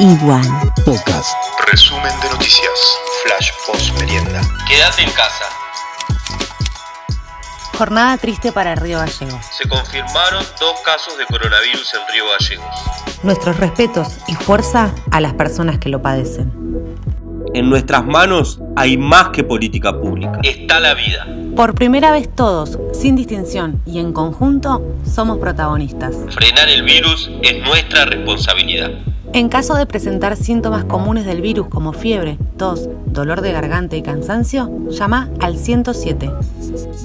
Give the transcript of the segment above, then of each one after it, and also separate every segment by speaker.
Speaker 1: Igual.
Speaker 2: Podcast.
Speaker 3: Resumen de noticias. Flash post merienda.
Speaker 4: Quédate en casa.
Speaker 5: Jornada triste para Río Gallegos.
Speaker 4: Se confirmaron dos casos de coronavirus en Río Gallegos.
Speaker 5: Nuestros respetos y fuerza a las personas que lo padecen.
Speaker 6: En nuestras manos hay más que política pública.
Speaker 4: Está la vida.
Speaker 5: Por primera vez todos, sin distinción y en conjunto, somos protagonistas.
Speaker 4: Frenar el virus es nuestra responsabilidad.
Speaker 5: En caso de presentar síntomas comunes del virus como fiebre, tos, dolor de garganta y cansancio, llama al 107.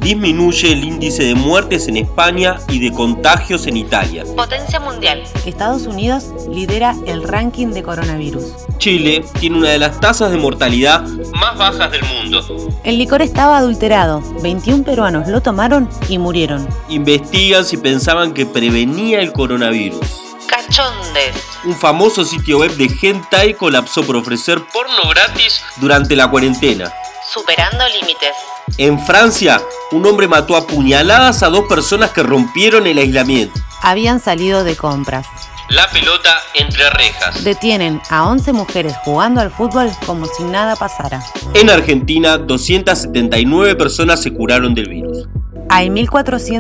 Speaker 6: Disminuye el índice de muertes en España y de contagios en Italia.
Speaker 7: Potencia mundial.
Speaker 5: Estados Unidos lidera el ranking de coronavirus.
Speaker 6: Chile tiene una de las tasas de mortalidad.
Speaker 4: Más bajas del mundo.
Speaker 5: El licor estaba adulterado, 21 peruanos lo tomaron y murieron.
Speaker 6: Investigan si pensaban que prevenía el coronavirus.
Speaker 7: Cachondes.
Speaker 6: Un famoso sitio web de hentai colapsó por ofrecer
Speaker 4: Porno gratis.
Speaker 6: durante la cuarentena.
Speaker 7: Superando límites.
Speaker 6: En Francia, un hombre mató a puñaladas a dos personas que rompieron el aislamiento.
Speaker 5: Habían salido de compras.
Speaker 4: La pelota entre rejas.
Speaker 5: Detienen a 11 mujeres jugando al fútbol como si nada pasara.
Speaker 6: En Argentina, 279 personas se curaron del virus.
Speaker 5: Hay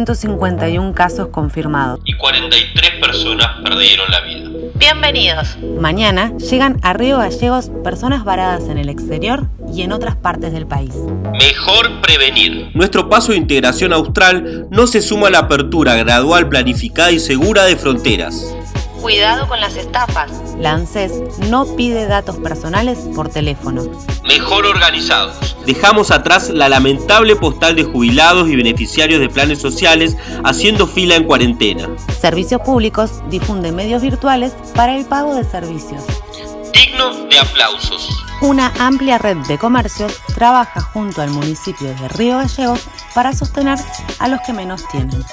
Speaker 5: 1.451 casos confirmados.
Speaker 4: Y 43 personas perdieron la vida.
Speaker 7: Bienvenidos.
Speaker 5: Mañana llegan a Río Gallegos personas varadas en el exterior y en otras partes del país.
Speaker 4: Mejor prevenir.
Speaker 6: Nuestro paso de integración austral no se suma a la apertura gradual, planificada y segura de fronteras.
Speaker 7: Cuidado con las estafas.
Speaker 5: La ANSES no pide datos personales por teléfono.
Speaker 4: Mejor organizados.
Speaker 6: Dejamos atrás la lamentable postal de jubilados y beneficiarios de planes sociales haciendo fila en cuarentena.
Speaker 5: Servicios públicos difunde medios virtuales para el pago de servicios.
Speaker 4: Digno de aplausos.
Speaker 5: Una amplia red de comercios trabaja junto al municipio de Río Gallegos para sostener a los que menos tienen.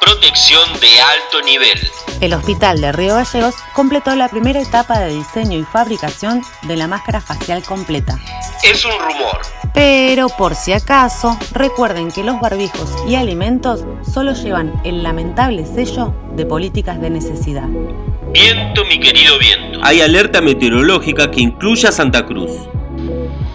Speaker 4: Protección de alto nivel.
Speaker 5: El Hospital de Río Gallegos completó la primera etapa de diseño y fabricación de la máscara facial completa.
Speaker 4: Es un rumor.
Speaker 5: Pero por si acaso, recuerden que los barbijos y alimentos solo llevan el lamentable sello de políticas de necesidad.
Speaker 4: Viento, mi querido viento.
Speaker 6: Hay alerta meteorológica que incluye a Santa Cruz.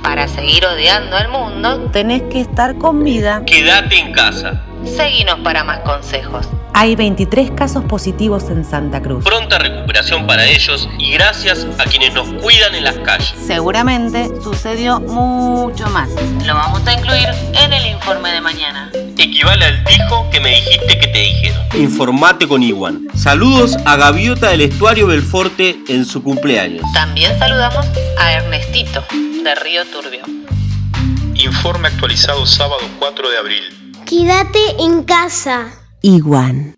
Speaker 7: Para seguir odiando al mundo,
Speaker 5: Tenés que estar con vida.
Speaker 4: Quédate en casa.
Speaker 7: seguinos para más consejos.
Speaker 5: Hay 23 casos positivos en Santa Cruz.
Speaker 4: Pronta recuperación para ellos y gracias a quienes nos cuidan en las calles.
Speaker 5: Seguramente sucedió mucho más.
Speaker 7: Lo vamos a incluir en el informe de mañana.
Speaker 4: Equivale al dijo que me dijiste que te dijeron.
Speaker 6: Informate con Iwan. Saludos a Gaviota del Estuario Belforte en su cumpleaños.
Speaker 7: También saludamos a Ernestito, de Río Turbio.
Speaker 3: Informe actualizado sábado 4 de abril.
Speaker 8: Quédate en casa.
Speaker 1: Igual.